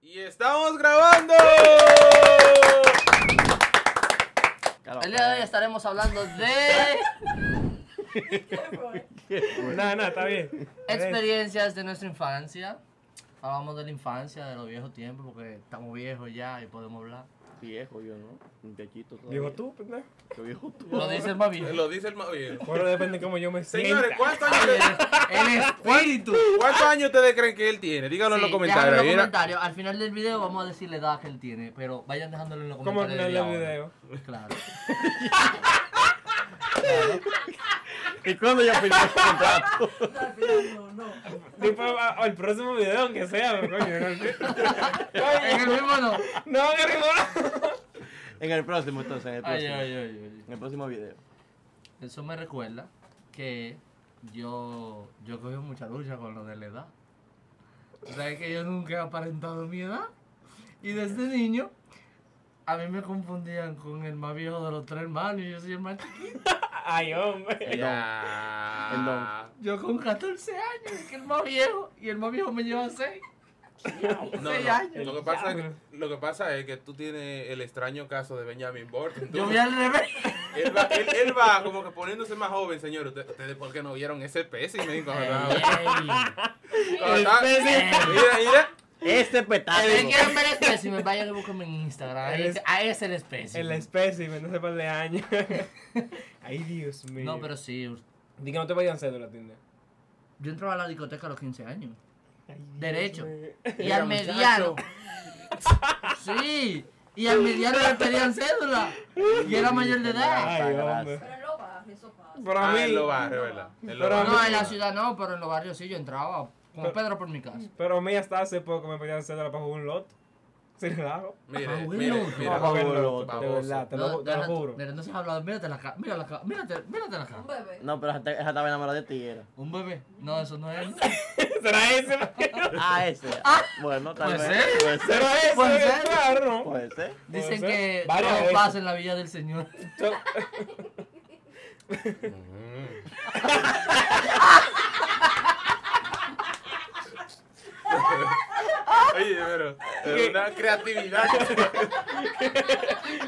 Y estamos grabando. El día de hoy estaremos hablando de Nada, nada, está bien. experiencias de nuestra infancia. Hablamos de la infancia, de los viejos tiempos, porque estamos viejos ya y podemos hablar. Viejo yo, ¿no? Un techito todavía. Digo tú, pendejo. Qué viejo tú. Lo dice más viejo. Lo dice el más viejo. Bueno, depende de cómo yo me sienta. Señores, ¿cuántos años, te- El espíritu. cuántos años ustedes creen que él tiene? Díganlo en los Sí, comentarios. déjalo en los mira. comentarios. Al final del video vamos a decir la edad que él tiene, pero vayan dejándolo en los ¿Cómo al comentarios. final de del ahora. video? Claro. ¿Y cuándo ya firmó el contrato? Después, a- al próximo video, aunque sea, pero coño. No, En el Coño, mismo no. no, que arriba. En el próximo, entonces. En el Ay, próximo, ay, ay, ay. En el próximo video. Eso me recuerda que yo, yo he cogido mucha lucha con lo de la edad. O sea, es que yo nunca he aparentado mi edad. Y desde niño, a mí me confundían con el más viejo de los tres hermanos y yo soy el más chiquito. Ay, hombre. Ya. El don. Yo con 14 años, que el más viejo, y el más viejo me lleva 6. No, Seis no. años. Lo, que pasa es que, lo que pasa es que tú tienes el extraño caso de Benjamin Burton. Tú- Yo voy al revés. él, va, él- él va como que poniéndose más joven, señor. Ustedes, ustedes ¿por qué no vieron ese Eh, espécimen? Cuando estaba- cuando estaba- Mira, eh, mira. Este Si petáculo. quieren ver el espécimen, vayan a buscarme en Instagram. Ahí es, ahí es el espécimen. El espécimen, no sé par de años. Ay, Dios mío. No, pero sí, Di que no te vayan cédula, tienda. Yo entraba a la discoteca a los 15 años. Ay, Dios Derecho. mío. Y Mira, al mediano. Sí. Y al mediano le pedían cédula. Y era mayor de edad. Ay, Gracias. hombre. Pero en los barrios eso pasa. Para eh, Ah, en mí, los barrios, ¿verdad? En los Pero a barrios. No, en la ciudad no, pero en los barrios sí yo entraba. Como Pero- Pedro por mi casa. pero a mí hasta hace poco me pedían cédula para jugar un loto. Sin relajo. Mire, Ah, bueno. mire, Para mire. Vamos. jugar un baboso, loto, De baboso. verdad, te lo, No, te lo deja- juro. Mira, entonces hablaba, mírate la cara, mira la cara, mírate, mírate la cara. Un bebé. No, pero esa esa estaba enamorada de ti, era. Un bebé. No, eso no es. ¿Será ese? Ah, ese. Bueno, tal Puede vez. ser. Puede ser. ¿Será ese? Puede ser. Claro, ¿no? Pues. Puede ser. Dicen ser. que Varias todo veces. pasa en la villa del Señor. Yo- Oye, pero. pero Una creatividad.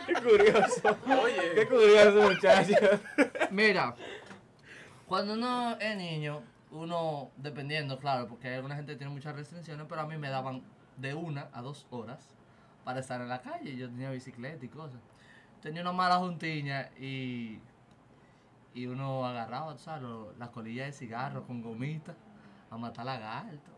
Qué curioso. Qué Oye. curioso, muchachos. Mira, cuando uno es niño, uno, dependiendo, claro, porque hay alguna gente que tiene muchas restricciones, pero a mí me daban de una a dos horas para estar en la calle. Yo tenía bicicleta y cosas. Tenía una mala juntiña y, y uno agarraba, tú ¿sabes? lo- las colillas de cigarro con gomita a matar lagarto,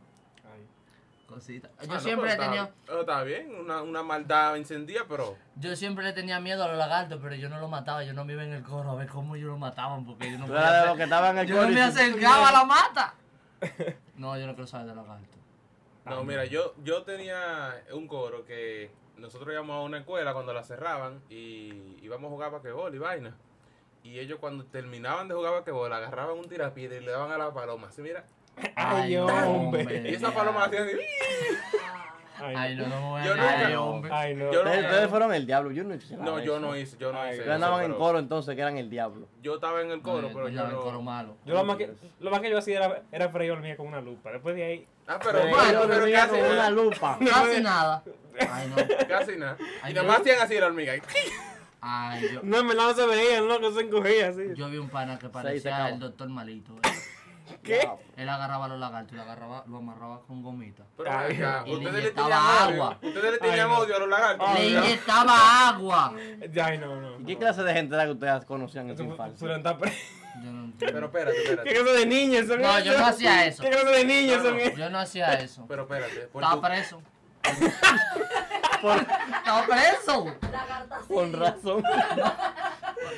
cositas. Yo Ah, no, siempre pero he tenido... está- pero Está bien, una, una maldad encendida, pero. Yo siempre le tenía miedo a los lagartos, pero yo no los mataba, yo no me iba en el coro a ver cómo ellos lo mataban, porque yo no Tú podía eras de hacer- los que estaban en el Yo no coro y me tú- acercaba a la mata. No, yo no quiero saber de lagarto. No, mira, yo, yo tenía un coro que nosotros íbamos a una escuela cuando la cerraban y íbamos a jugar basquetbol y vaina. Y ellos cuando terminaban de jugar basquetbol agarraban un tirapiedra y le daban a la paloma. Así, mira. Ay, hombre. Y esa paloma hacía así. ¡ah! Ah, Ay, no, no me voy a Yo caer, nunca- hombre. Ay, no. Yo no- Ustedes, ustedes fueron el diablo. Yo no hice nada No, de yo eso. no hice, yo no Ay, hice. Ustedes eso, andaban en pero coro entonces que eran el diablo. Yo estaba en el coro, No, pero yo estaba en coro no. malo. Yo lo más que, lo más que yo hacía era, era freír hormiga con una lupa. Después de ahí, Ah, pero, Pero bueno, yo pero dormía casi con una nada. lupa. No hace nada. Ay, no. Casi nada. Y Ay, nada yo- más hacían así la hormiga. Ay, yo, no, en verdad no se veían, loco, se encogía así. yo vi un pana que se parecía acabó. el doctor malito. ¿eh? ¿Qué? Wow. Él agarraba a los lagartos y lo, agarraba, lo amarraba con gomita. Pero Ay, venga, y le ustedes le inyectaba tenían odio. agua. Ustedes le tenían Ay, no. odio a los lagartos. Ay, Le no. inyectaba agua. Ya, ay, no, no. ¿Y qué clase de gente era que ustedes conocían en su Eso fue- infancia? fueron tan- Yo no, Pero entiendo. espérate, ¿Qué espérate. clase de niños son No, esos? yo no hacía eso. ¿Qué clase de niños No, son no. esos? yo no hacía eso. Pero espérate. por Estaba tu- preso. Estaba preso. La carta sí. Con razón.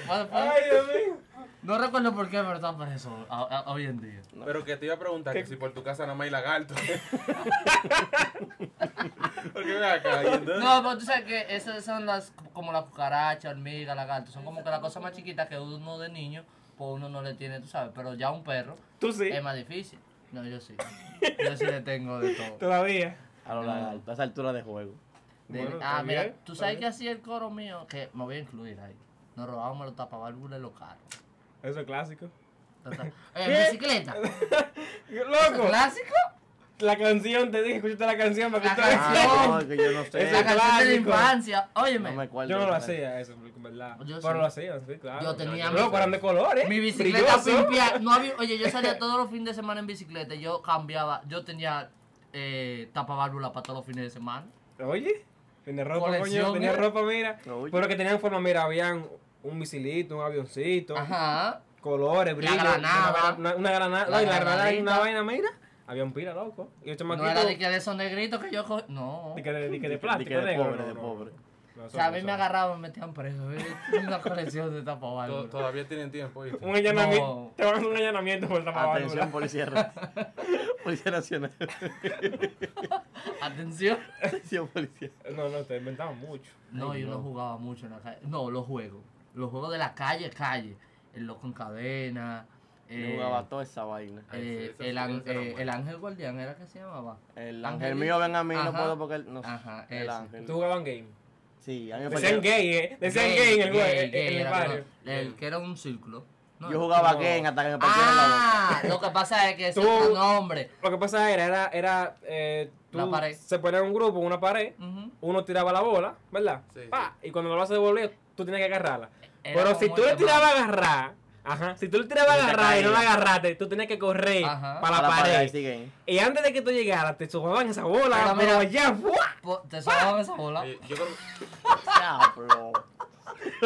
Bueno, fue- Ay, Dios mío. No recuerdo por qué, pero está preso a- a- hoy en día. Pero que te iba a preguntar que si por tu casa nada más hay lagarto. Porque ven acá, y entonces- No, pero tú sabes que esas son las, como la cucaracha, hormiga, lagarto, son como que las cosas más chiquitas que uno de niño, pues uno no le tiene, tú sabes, pero ya un perro Tú sí, es más difícil. No, yo sí. Yo sí le tengo de todo. todavía. A lo lagarto, a esa altura de juego. De- Bueno, ah, está mira, bien, tú está sabes bien. que hacía el coro mío, que me voy a incluir ahí. Nos robábamos los tapabálvulas y los carros. Eso es clásico. Ta- ta- Eh, bicicleta. ¡Loco! ¿Clásico? la canción, te dije, escúchate la canción para que La tú canción. Ah, no, que yo no sé. la canción Ese- de la clásico. infancia. Óyeme. No me acuerdo. Yo no lo hacía eso, en verdad. Yo Pero sí. lo hacía, sí, claro. Yo tenía Luego, mi- eran de colores. Mi bicicleta ¿Eh? brilloso. pimpia- no había- oye, yo salía todos los fines de semana en bicicleta. y Yo cambiaba, yo tenía eh, tapabárvula para todos los fines de semana. Oye, tenía ropa, coño. Colección, Tenía mira. ropa, mira. Oye. Pero que tenían forma, mira, habían un misilito, un avioncito, Ajá. colores, brillos. una granada. gra- Una, una granada. La No, y la granada era granadita. una vaina, mira. Había un pila, loco. Y el chamaquito. No era de que de esos negritos que yo co- No. de que de, de que de De plástico, de negro, pobre, no, de no. pobre. No, O eso sea, a no, mí eso me no. agarraban y me metían preso. ¿eh? Una colección de To- tapabárvulas. Todavía tienen tiempo, ¿viste? Eh, Un allanamiento. No. Te van a hacer un allanamiento por tapabocas. Atención, policía. ra- policía nacional. Atención. Atención, policía. No, no, te inventaban mucho. No, Ay, yo no. no. jugaba mucho en la calle. No, los juegos. Los juegos de la calle, calle. El loco en cadena. Yo eh, jugaba toda esa vaina. Ay, sí, eh, esas el, an- cosas eran eh, buenas. el ángel guardián era que se llamaba. El Ángel ángel y- mío ven a mí, no Ajá. puedo porque él no Ajá, El ese. ángel. ¿Tú jugaban game? Sí, a mí me Decían parecía. gay, ¿eh? Decían Gay, gay en el gay, gay, barrio. En el era barrio. como- el que era un círculo. No, Yo jugaba No. game hasta que me partieron la boca. Ah, lo que pasa es que ese Tú- era un hombre. Lo que pasa era, era, era eh, tú La pared. se ponía un grupo, una pared, Ujú. uno tiraba la bola, ¿verdad? Sí, Pa, Y cuando la bola se devolvía, tú tenías que agarrarla. Era Pero como si el tú le que tirabas a agarrar, ajá, si tú le tirabas a No te agarrar y no la caía. agarraste, tú tenías que correr Ajá. para la Para pared. sí, game. Y antes de que tú llegaras, te sobaban esa bola, Pero mira- pero, allá, ¡fua! po- Te sobaban esa bola. Eh, yo creo Ya, bro.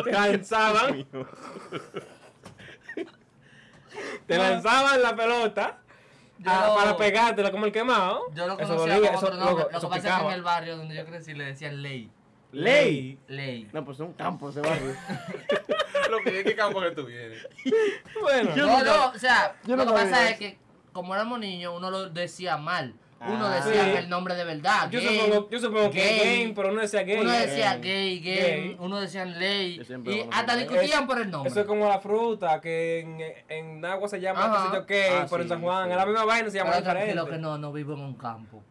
te lanzaban, te lanzaban la pelota a- Yo- Ah, para pegártela como el quemado. Yo lo Eso conocía dolía, como eso- otro nombre. loco, Lo que eso pasa es que picaba. en el barrio donde yo crecí le decían ley. Ley. Ley. No, pues es un campo ese barrio. lo que es que campo que tú vienes. Bueno, Yo- no, nunca- no, o sea, yo lo que nunca vi pasa es eso. que como éramos niños, uno lo decía mal. Uno Ah. decía Sí. el nombre de verdad. yo, gay, supongo, yo supongo que gay. game, pero uno decía game. uno Eh, decía gay. gay, gay, Gay. uno decía ley. Yo siempre Y conocí hasta gay. discutían por el nombre. Eso es como la fruta, que en, en agua se llama Ajá. qué sé yo qué, Ah, pero sí, en San Juan, sí. es la misma vaina, se llama Pero tranquilo diferente. que no, no vivo en un campo.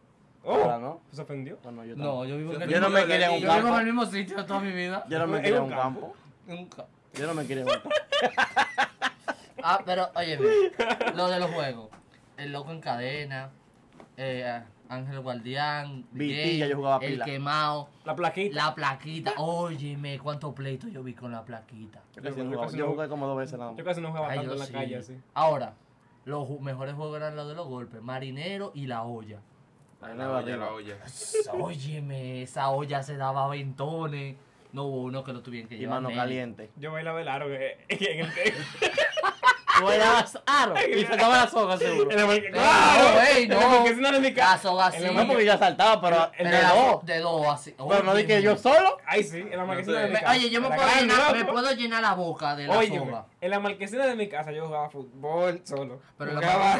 Oh, Ahora no. se ofendió. Bueno, yo No, tampoco. yo vivo en Yo el Yo no me quería en un Yo vivo en el campo. mismo sitio toda mi vida. Yo no me En quería en un un campo. Nunca. Yo no me quería en un campo. Ah, pero oye, lo de los juegos. El loco en cadena, eh, Ángel Guardián, Vitilla, Gay, yo jugaba El pila. quemado, La plaquita. la plaquita. Óyeme, cuánto pleito yo vi con la plaquita. Yo casi Yo- no yo jugaba. casi Yo no- jugué como dos veces nada Yo más. casi no jugaba Ay, tanto yo en la sí. calle así. Ahora, los ju- mejores juegos eran los de los golpes, Marinero y la olla. Ahí La no olla, arriba. Ah, la olla. Óyeme, esa olla se daba ventones. No hubo uno que lo tuvieron que Y llevar. mano medio. caliente. Yo bailaba el aro que- en el en Tú bailabas aro y saltaba la soga seguro. la marque- Ey, ¡Claro! no, ey, En no. la marquesina de mi La casa. soga así. En la No porque yo saltaba, pero En en pero de la so- dos. de dos así. Pero no dije Óyeme. yo solo. Ay, sí, en la marquesina de mi Me- casa. Oye, yo me En la puedo, casa de mi llenar, me loco. puedo llenar la boca de la Oye, soga. en la marquesina de mi casa yo jugaba fútbol solo. Pero la jugaba,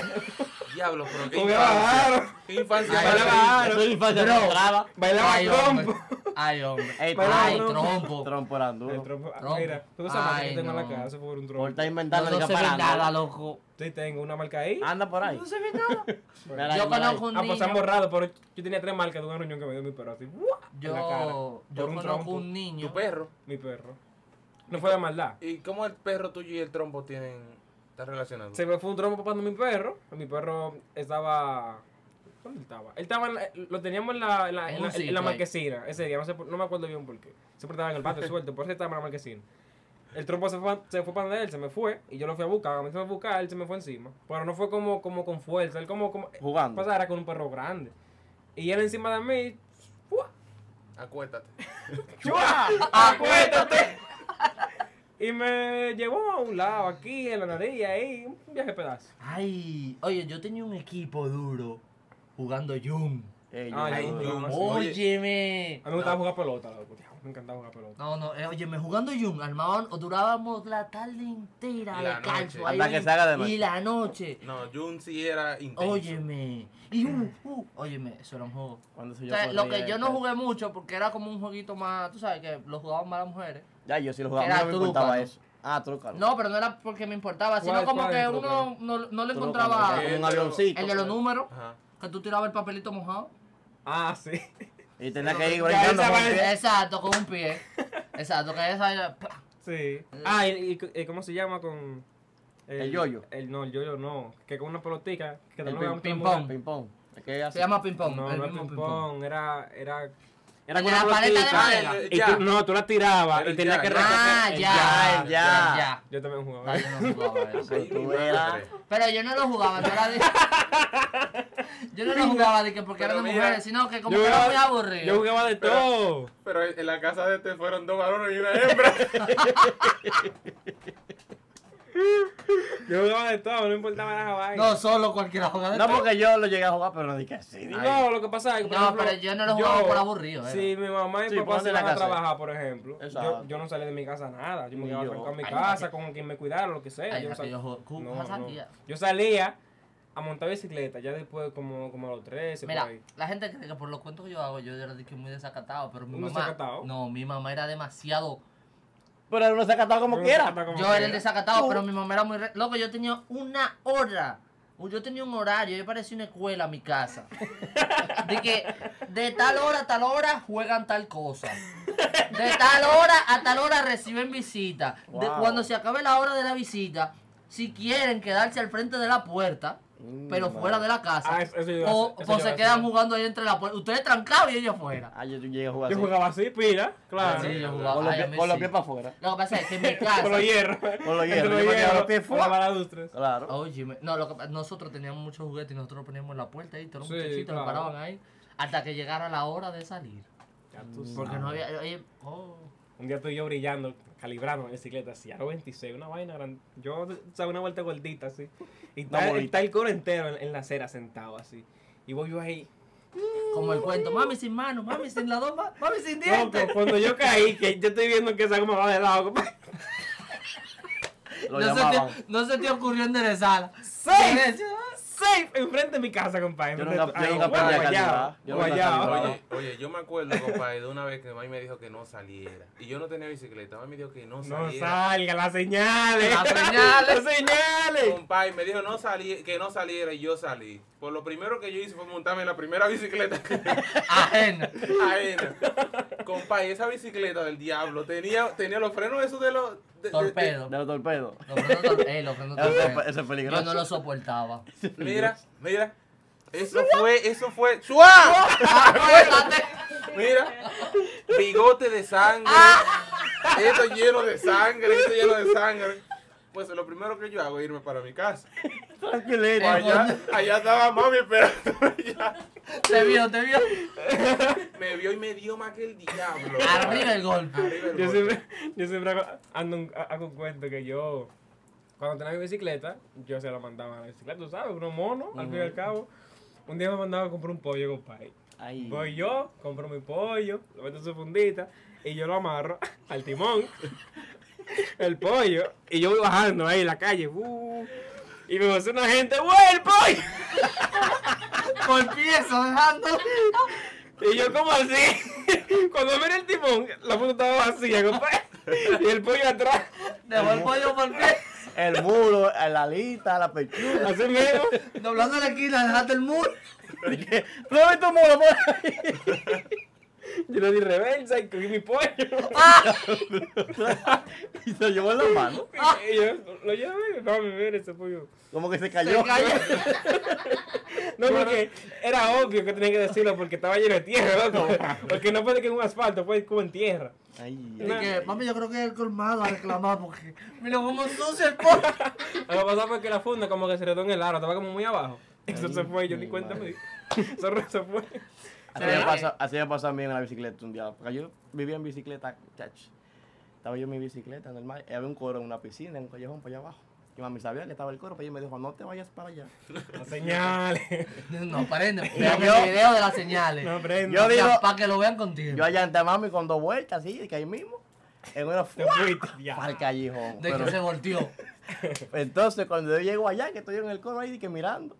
Diablo, pero qué jugaba infancia. aro, Qué infancia. Ay, mala. bailaba aro, Eso es infancia. no entraba. bailaba Ay, trompo. hombre. Ay, hombre. Ey, Ay, trompo. trompo. Trompo eran El duros. trompo, ah, Trompo. mira, tú sabes marca Ay, que tengo en la no. casa eso fue por un Por trompo. estar No, inventando no ni se ve nada, parando. loco. Sí, tengo una marca ahí. Anda por ahí. No se ve nada. Mira la Yo llamada ahí. conozco un Ah, pues se han niño. borrado, pero yo tenía tres marcas de una reunión que me dio mi perro así. ¡guau! en la cara, Yo, por yo un conozco trompo. un Tu niño. perro. Mi perro. No fue de maldad. ¿Y cómo el perro tuyo y el trompo tienen. Están relacionados? Se me fue un trompo papando mi perro. Mi perro estaba. ¿Dónde estaba? Él estaba en la- lo teníamos en la, en la, En en la- un sitio en la ahí. marquesina. Ese día, no, sé por- no me acuerdo bien por qué. Siempre estaba en el patio suelto, por eso estaba en la marquesina. El trompo se fue, se fue para donde él, se me fue, y yo lo fui a buscar. Cuando me fui a buscar, él se me fue encima. Pero no fue como, como con fuerza, él como, como Jugando. pasara con un perro grande. Y él encima de mí, ¡fua! Acuéstate. ¡Chua! ¡Acuéstate! y me llevó a un lado, aquí, en la nariz, ahí, un viaje pedazo. Ay, oye, yo tenía un equipo duro jugando Jun. Ey, yo Ay, no- yo- Oye. Óyeme. A mí me gustaba jugar pelota, loco. diablo, Me encantaba jugar pelota. No, no, eh, óyeme, jugando Jun, armaban, o durábamos la tarde entera Y la descalzo noche. ahí. Hasta que se haga de Y noche. la noche. No, Jun sí era intenso. Óyeme. Y uh, uh, óyeme, eso era un juego. Cuando eso O yo sea, lo que corría, yo no tal. jugué mucho porque era como un jueguito más, tú sabes, que lo jugaban más las mujeres. Ya, yo sí lo jugaba. Era No me importaba trúcalo. eso. Ah, trúcalo. No, pero no era porque me importaba, sino ¿Cuál- como cuál que es el uno no, no le Trúcalo, encontraba era como Este, un Eh, avioncito. el de los números, Ajá. que tú tirabas el papelito mojado. Ah, sí. Y tenía que ir Ya, brincando esa con vaina- pie. Exacto, con un pie. Exacto, que esa era... ¡pah! Sí. Ah, y, y- y ¿cómo se llama con. El yoyo. El, no, el yoyo no. Que con una pelotica. Que El también lo ping- jugamos todo ping-pong. el mundo. Ping pong. Es que hace- Se llama ping pong, No, el no es mismo ping ping pong. pong, era. Era, La era con una paleta de pelotita, madera. Y Ya. tú, no, tú la tirabas Era y el tenías ya, que ¿no? Ah, recoger el ya, ya, ya, ya. ya. Yo también No, jugaba. yo no jugaba eso. Pero tú Ay, verás. madre. Pero yo no lo jugaba, no era de... Yo no lo jugaba de que porque era de Pero mira, mujeres, sino que como yo que era jugaba- muy Yo aburrido. jugaba de Pero- todo. Pero en la casa de este fueron dos varones y una hembra. Yo jugaba de todo, no importaba nada vaina. No, solo cualquiera jugaba de No, todo. porque yo lo llegué a jugar, pero no dije así. Sí, No, lo que pasa es que. por No, pero yo no lo jugaba por aburrido, eh. era. Si mi mamá y Sí, papá ponte se la iban a casa. trabajar, por ejemplo, yo, Exacto. yo no salí de mi casa nada. Yo me Ni quedaba yo. trancado en mi Ay, casa, ay. con quien me cuidara, lo que sea. Ay, no la que sal- yo ju- cu- No, ja, no. salía. Yo salía a montar bicicleta, ya después, como, como a los 13, Mira, por ahí. la gente cree que por los cuentos que yo hago, yo era de que muy desacatado, pero mi ¿Un mamá... desacatado? No, mi mamá era demasiado... Pero uno se ha catado como Uno se quiera. cata como Yo quiera. era el desacatado, pero mi mamá era muy... re- Loco, yo tenía una hora. Yo tenía un horario, yo parecía una escuela a mi casa. De que de tal hora a tal hora juegan tal cosa. De tal hora a tal hora reciben visita. De Wow. cuando se acabe la hora de la visita, si quieren quedarse al frente de la puerta, Mm, pero madre. fuera de la casa, Ah, eso- eso yo iba a o, hacer, eso o yo se iba a quedan hacer. jugando ahí entre la puerta. Ustedes trancados y ellos fuera. Ah, yo yo llegué a jugar Yo así. jugaba así, pila, claro. Sí, yo jugaba. Con los Ay, a pies- mí con los sí. pies para afuera. Lo que pasa es que en mi casa... Con los hierros. Con los Entre hierros, yo me quedaba los pies con las fuera. balaustres. Claro. Oye, me- no, lo que pa- nosotros teníamos muchos juguetes y nosotros lo poníamos en la puerta ahí, todos los Sí, muchachitos lo claro. paraban ahí hasta que llegara la hora de salir. Ya tú Porque sabes. no había. oye, oh. Un día estoy yo brillando, calibrando en bicicleta, así, aro 26, una vaina grande. Yo, o sea, una vuelta gordita, así. Y Una está, bolita. está el coro entero en, en la acera sentado, así. Y voy yo ahí. Como el cuento, mami sin mano, mami sin la dos ma- mami sin Loco, dientes. cuando yo caí, que yo estoy viendo que esa goma va de lado, compa. pues, Lo no, se llamaban. te, no se te ocurrió enderezarla. ¡Safe! ¡Safe! Enfrente de mi casa, compadre. Yo Enfrente- nunca- yo ahí, nunca aprendí a guayao, calibrar. Yo nunca guayao. calibraba. Oye, oye, yo me acuerdo, compadre, de una vez que mami me dijo que no saliera. Y yo no tenía bicicleta. Mami me dijo que no No saliera. salga, las señales. Las señales. las señales. Compadre, me dijo no sali- que no saliera y yo salí. Por lo primero que yo hice fue montarme en la primera bicicleta que Ajena. ajena. Compadre, esa bicicleta del diablo tenía, tenía los frenos esos de los... de- de- Torpedo. De los torpedos. Los frenos tor- eh, los frenos Eso es- torpedo. eso es Yo peligroso. no lo soportaba. de- mira, mira. Eso fue, eso fue... ¡Suá! Acuérdate. Mira, bigote de sangre. Esto lleno de sangre, esto lleno de sangre. Pues lo primero que yo hago es irme para mi casa. Tranquilito. Eh, Allá, allá estaba mami esperando ya. Te vio, te vio. Me vio y me dio más que el diablo. Arriba el golpe. Arriba el Yo golpe. siempre, yo siempre hago, ando un- hago un cuento que yo, cuando tenía mi bicicleta, yo se la mandaba a la bicicleta, tú sabes, unos monos, al fin y al cabo. Un día me mandaba a comprar un pollo, compadre. Ahí. Voy yo, compro mi pollo, lo meto en su fundita y yo lo amarro al timón, el pollo, y yo voy bajando ahí en la calle, uh, y me pasa una gente, ¡Wey, el pollo! Confieso, dejando. Y yo como así, cuando miro el timón, la foto estaba vacía, compadre, y el pollo atrás. Dejó el pollo por pie. El muro, la alita, la pechuga. Así mismo. Doblando la esquina, dejaste el muro. Dije, "Robert, tu muro, por ahí". Yo le di reversa y cogí mi pollo. Ah. Y se lo llevó en la mano. Y yo lo llevé. No, me mire ese pollo. Como que se Se cayó. cayó. No, porque era obvio que tenía que decirlo porque estaba lleno de tierra, loco. Porque no puede que en un asfalto, puede como en tierra. Ay, Y ay, que, mami, yo creo que es el colmado a reclamar porque mira cómo sucio el pollo. Lo que pasó fue que la funda como que se redó en el aro, estaba como muy abajo. Eso Ay, se fue, yo ni mi cuenta me madre. di. Eso se fue. Así me pasa, así me pasa a mí en la bicicleta un día. Porque yo vivía en bicicleta, chach. Estaba yo en mi bicicleta normal. y había un coro en una piscina, en un callejón para allá abajo. Y mami sabía que estaba el coro, pero ella me dijo, no te vayas para allá. Las señales. No, prende. Vean yo- el video de las señales. No, prenda. Yo digo- para que lo vean contigo. Yo allá ante a mami con dos vueltas, así, de que ahí mismo. En una Te fuiste. Ya. para el callejón. de Pero- que se volteó. Entonces, cuando yo llego allá, que estoy en el coro ahí, de que mirando,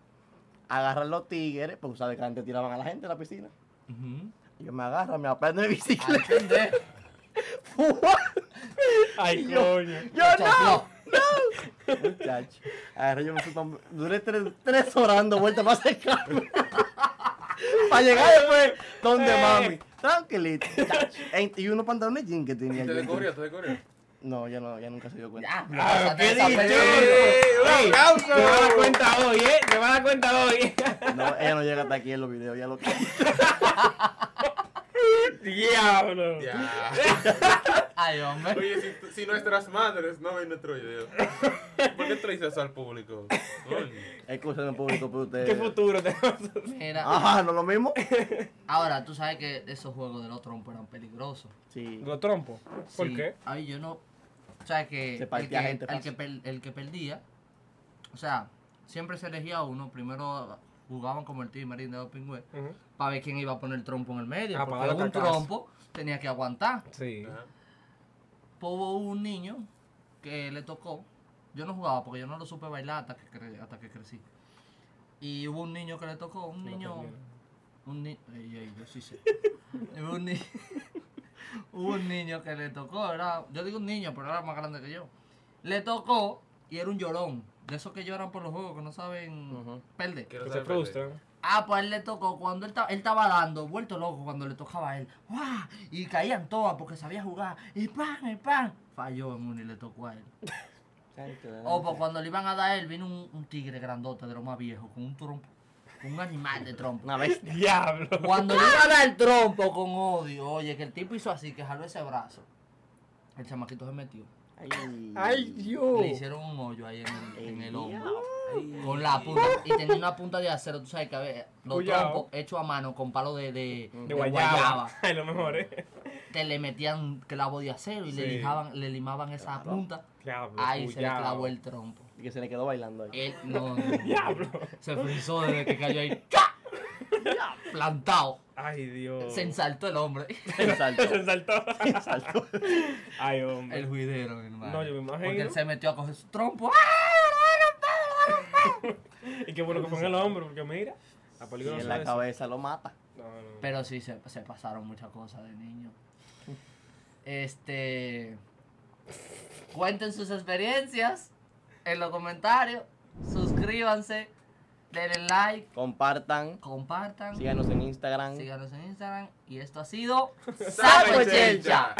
agarran los tigres, porque sabes que antes tiraban a la gente en la piscina. Ujú. Y Yo me agarro, me aprendo mi Al bicicleta. pendejo. Ay, coño. Yo no. Sopló. Muchacho. Agarré yo me fui pa- Duré tres, tres horas dando vueltas para acercarme. para llegar después donde Eh. mami. Tranquilito. muchacho. En- Y unos pantalones jean que tenía Te yo. descubrió, te descubrió. No, ya no, ya nunca se dio cuenta. Ya, me pasaste ah, qué desapercibido. ¡Un Ey, aplauso! Te vas a dar cuenta hoy, ¿eh? Te vas a dar cuenta hoy. No, ella no llega hasta aquí en los videos, ya lo que. Diablo. Ya. Ay, hombre. Oye, si, tú- si nuestras madres no ven nuestro video, ¿por qué tú le dices eso al público? Coño. Excusen en público, pero ustedes. ¿Qué futuro tenemos? Mira, Ajá, no es lo mismo. ahora tú sabes que esos juegos de los trompos eran peligrosos. Sí. Los trompos. ¿Por Sí. qué? Ay, yo no. O sea, que. Se el partía que- gente el que, fácil. per- el que perdía. O sea, siempre se elegía uno. Primero jugaban como el team marín de los pingües. Ujú. Para ver quién iba a poner el trompo en el medio. Ah, para porque darle un carcazo. trompo tenía que aguantar. Sí. Ajá. Pues hubo un niño que le tocó. Yo no jugaba porque yo no lo supe bailar hasta que, cre- hasta que crecí. Y hubo un niño que le tocó. Un niño. Un niño. yo sí sé. Hubo un, ni- hubo un niño que le tocó, era. Yo digo un niño, pero era más grande que yo. Le tocó y era un llorón. De esos que lloran por los juegos que no saben Ujú. perder. Que no Que se sabe frustran. Ah, pues a él le tocó cuando él, ta- él estaba dando, vuelto loco cuando le tocaba a él. ¡Guau! Y caían todas porque sabía jugar. Y pan, y pan. Falló en uno y le tocó a él. O pues cuando le iban a dar a él, vino un, un tigre grandote de los más viejos, con un trompo. Un animal de trompo. Una vez. Diablo. Cuando le iba a dar el trompo con odio, oye, que el tipo hizo así, que jaló ese brazo. El chamaquito se metió. Ay. Ay, Dios. Le hicieron un hoyo ahí en el, en el hombro. perder. Ay. Con la punta. Y tenía una punta de acero, tú sabes que a ver, los Cuidado. trompos hechos a mano con palo de, de, De de guayaba. Ay, lo mejor, ¿eh? Te le metían clavo de acero y le, Sí. lijaban, le limaban esa punta. Diablo. Ahí se le cuidado. clavó el trompo. Y que se le quedó bailando ahí. Él, no, no, no. Diablo. Se frizó desde que cayó ahí. ¡Cha! Plantado. Ay, Dios. Se ensaltó el hombre. Se saltó. Se saltó. se saltó. Ay, hombre. El juidero, mi hermano. No, yo me imagino. Porque él se metió a coger su trompo. ¡Ah! ¡No hagan pedo, no hagan pedo! Y qué bueno que fue en el hombro, porque mira. A Y peligroso en la eso. cabeza lo mata. No, no. Pero sí, se, se pasaron muchas cosas de niño. Este. Cuenten sus experiencias en los comentarios. Suscríbanse. Denle like. Compartan. Compartan. Síganos en Instagram. Síganos en Instagram. Y esto ha sido. ¡Sapo Chelcha!